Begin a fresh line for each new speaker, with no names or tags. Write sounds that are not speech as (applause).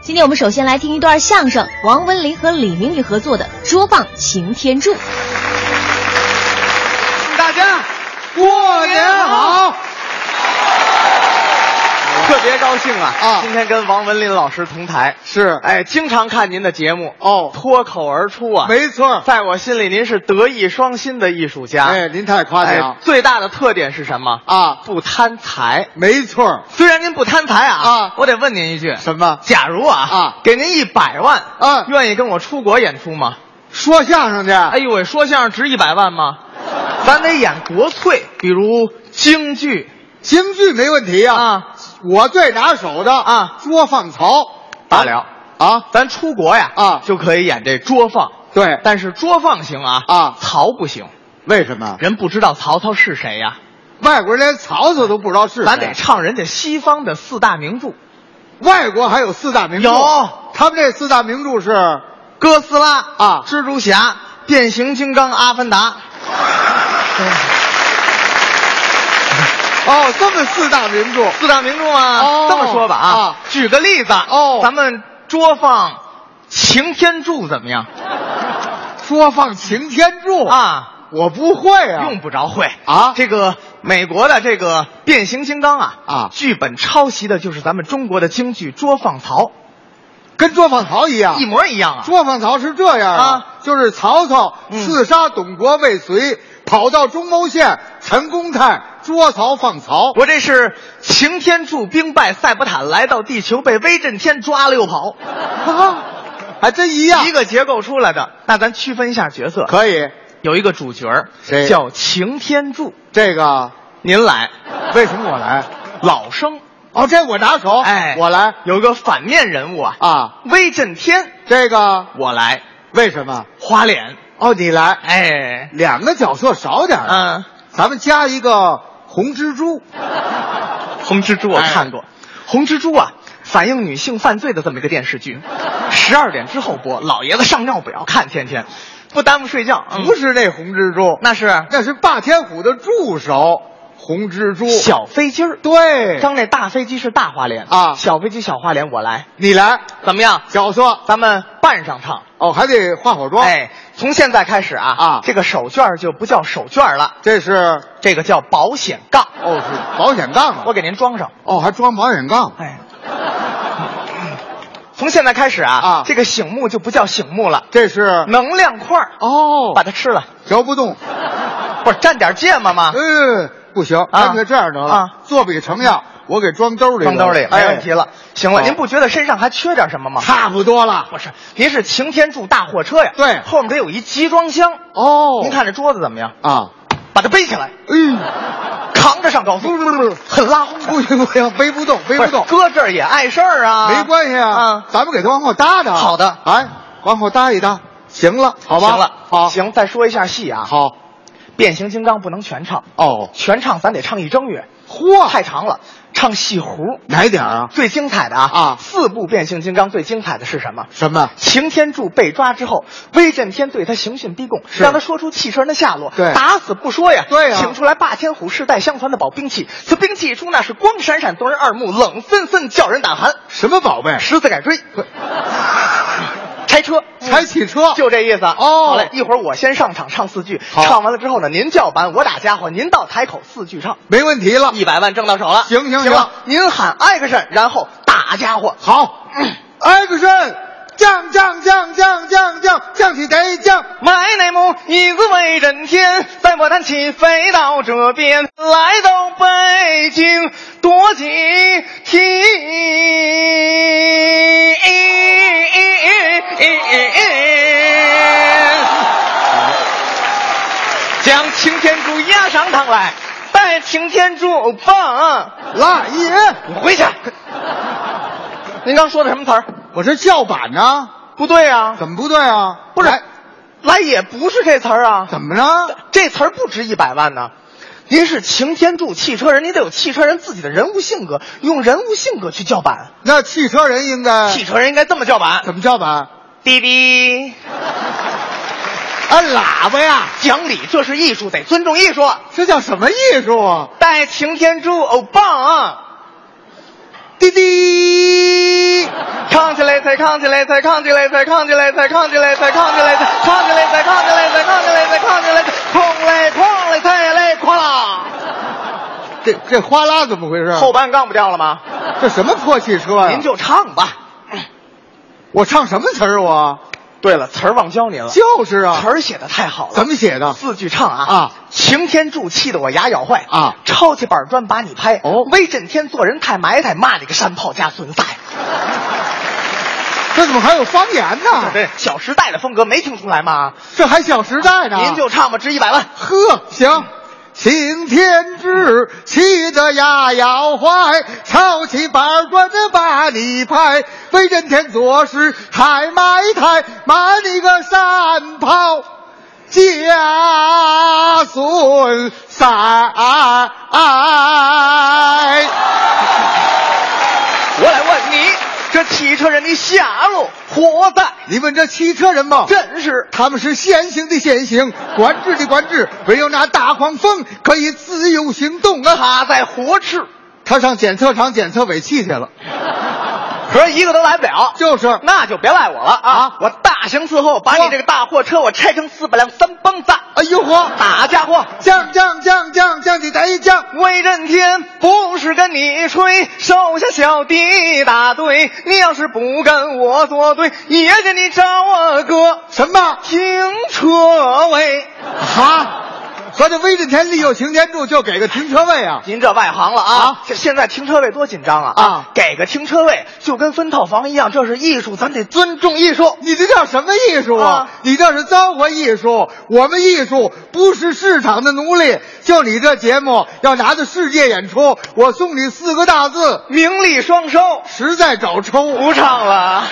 今天我们首先来听一段相声，王文林和李明宇合作的《说放擎天柱》。
大家过年好！
特别高兴啊！
啊
今天跟王文林老师同台，
是
哎，经常看您的节目
哦
脱口而出啊！
没错，
在我心里，您是德艺双馨的艺术家。
哎，您太夸奖
哎最大的特点是什么？
啊！
不贪财。
没错，
虽然您不贪财啊，
啊
我得问您一句：
什么
假如啊
啊
给您一百万，
啊
愿意跟我出国演出吗？
说相声去？
哎呦喂，说相声值一百
(laughs)
万吗？咱得演国粹，比如京剧
京剧没问题啊，
啊，
我最拿手的
啊
捉放曹
大了。
啊，
咱出国呀
啊
就可以演这捉放，
对，
但是捉放行啊
啊
曹不行，
为什么
人不知道曹操是谁呀，
外国人连曹操都不知道是谁？
咱得唱人家西方的四大名著，
外国还有四大名著，
有
他们这四大名著是
哥斯拉
啊
蜘蛛侠、变形金刚、阿凡达，
哦，这么四大名著
四大名著嘛。
哦
这么说吧
啊
举个例子
哦
咱们捉放擎天柱怎么
(laughs)
样
说放擎天柱，
啊？
我不会啊，
用不着会
啊
这个美国的这个变形金刚啊
啊
剧本抄袭的就是咱们中国的京剧《捉放曹
跟捉放曹一》，样
一。模一样啊。
捉放曹是这样的，
啊
就是曹操
嗯
刺杀董卓未遂，跑到中牟县，陈公泰捉曹放曹。
我这是擎天柱兵败塞伯坦，来到地球被威震天抓了又跑，
啊， (laughs) 还真一样
一，个结构出来的。那咱区分一下角色，
可以。
有一个主角儿
谁
叫擎天柱，
这个
您来，
为什么我来？
老生，
哦，这我拿手，
哎，
我来
有一个反面人物啊，
啊。
威震天，
这个
我来，
为什么？
花脸，
哦，你来，
哎，
两个角色少点儿啊，
嗯，
咱们加一个红蜘蛛。
红蜘蛛我
哎
看过，红蜘蛛啊。反映女性犯罪的这么一个电视剧，十二点之后播，老爷子上尿不要看，天天不耽误睡觉。嗯
不是那红蜘蛛，
那是
那是霸天虎的助手红蜘蛛。
小飞机儿。
对，
刚那大飞机是大花脸
啊
小飞机小花脸我来，
你来
怎么样？
角色
咱们扮上唱。
哦，还得化好妆。，
哎，从现在开始啊
啊
这个手绢儿就不叫手绢儿了，
这是
这个叫保险杠。
哦，是保险杠啊。
我给您装上。
哦，还装保险杠。
哎，从现在开始啊
啊
这个醒目就不叫醒目了，
这是
能量块儿
哦
把，它吃了，
嚼不
啊
动。
不是蘸点芥末吗？
嗯，不行，干脆这样得
啊
了，做笔成样，我给装兜里了，
装兜里没问题了
哎。
行了，
好
您不觉得身上还缺点什么吗？
差不多了。
不是，您是擎天柱大货车呀，
对
后面得有一集装箱。
哦，
您看这桌子怎么样？
啊，
把它背起来，
嗯，
扛着上高速
不，不不不，
很拉轰的。
不行不行，背不动，嗯背不动，
搁这儿也碍事儿啊。
没关系啊
啊，，
咱们给它往后搭搭。
好的
哎，往后搭一搭，行了，好吧，
行了，
好，，
行，再说一下戏啊。，
好，
变形金刚不能全唱，
哦，
全唱咱得唱一正月，
嚯，
太长了，唱戏胡。
哪一点儿啊？
最精彩的啊
啊
四部变形金刚最精彩的是什么？
什么？
擎天柱被抓之后，威震天对他刑讯逼供，
是
让他说出汽车人的下落，
对
打死不说呀。
对啊呀
请出来霸天虎世代相传的宝兵器，此兵器一出，那是光闪闪夺人耳目，冷森森叫人胆寒。
什么宝贝？
十字改锥，拆车，
拆汽车。
嗯就这意思。
哦
好嘞，一会儿我先上场唱四句，
好
唱完了之后呢，您叫板，我打家伙，您到台口四句唱，
没问题了。
一百万挣到手了。
行行
行了
行，
您喊 action，然后打家伙。
好，action！降降降降降降降起得降，
买内幕，一字为震天，在我弹起飞到这边，来到北京多几天。将擎天柱压上堂来，带擎天柱棒，
来一人。
你回去。您刚说的什么词儿？
我这叫板呢，
不对啊，
怎么不对啊？
不是
来，
来也不是这词儿啊。
怎么了？
这词儿不值一百万呢。您是擎天柱汽车人，您得有汽车人自己的人物性格，用人物性格去叫板。
那汽车人应该
汽车人应该这么叫板：
怎么叫板？
滴滴，
按喇叭呀，
讲理，这是艺术，得尊重艺术。
这叫什么艺术啊？
带擎天柱，哦棒啊！
滴滴，
唱起来再扛起来，再扛起来，再扛起来，再扛起来，再扛起来，再扛起来，再扛起来，再扛起来，再扛起来，哐嘞哐嘞，再嘞哐啦。
这这哗啦怎么回事？
后半杠不掉了吗？
这什么破汽车呀、
您就唱吧。
我唱什么词儿？我
对了，词儿忘教您了，
就是啊，
词儿写的太好了。
怎么写的？
四句唱啊
啊！
擎天柱气得我牙咬坏
啊
抄起板砖把你拍
哦
威震天做人太埋汰，骂你个山炮加孙子呀！
这怎么还有方言呢？
对，《哎小时代》的风格没听出来吗？
这还《小时代》呢？
您就唱吧，值一百万。
呵，行。擎天志气得牙咬坏，抄起板砖的把你拍，威震天做事太埋汰，埋你个山炮家孙赛。
我来问你，这汽车人的下落活在？
你问这汽车人吧，
真是
他们是限行的限行，管制的管制，唯有那大黄蜂可以自由行动啊！
他在活吃，
他上检测厂检测尾气去了，
可是一个都来不了。
就是
那就别赖我了啊！
啊
我大刑伺候，把你这个大货车我拆成四百辆三蹦子。
哎呦呵，
打家伙，
降降降降降你得降，
威震天不是跟你吹，手下小弟打对。你要是不跟我作对，爷给你找我哥
什么
停车位。
哈？合着威震天利用擎天柱就给个停车位啊？
您这外行了啊！这现在停车位多紧张啊！
啊
给个停车位就跟分套房一样，这是艺术，咱得尊重艺术。
你这叫什么艺术
啊
啊？你这是脏活艺术。我们艺术不是市场的奴隶。就你这节目要拿到世界演出，我送你四个大字：
名利双收，
实在找抽。
不唱了。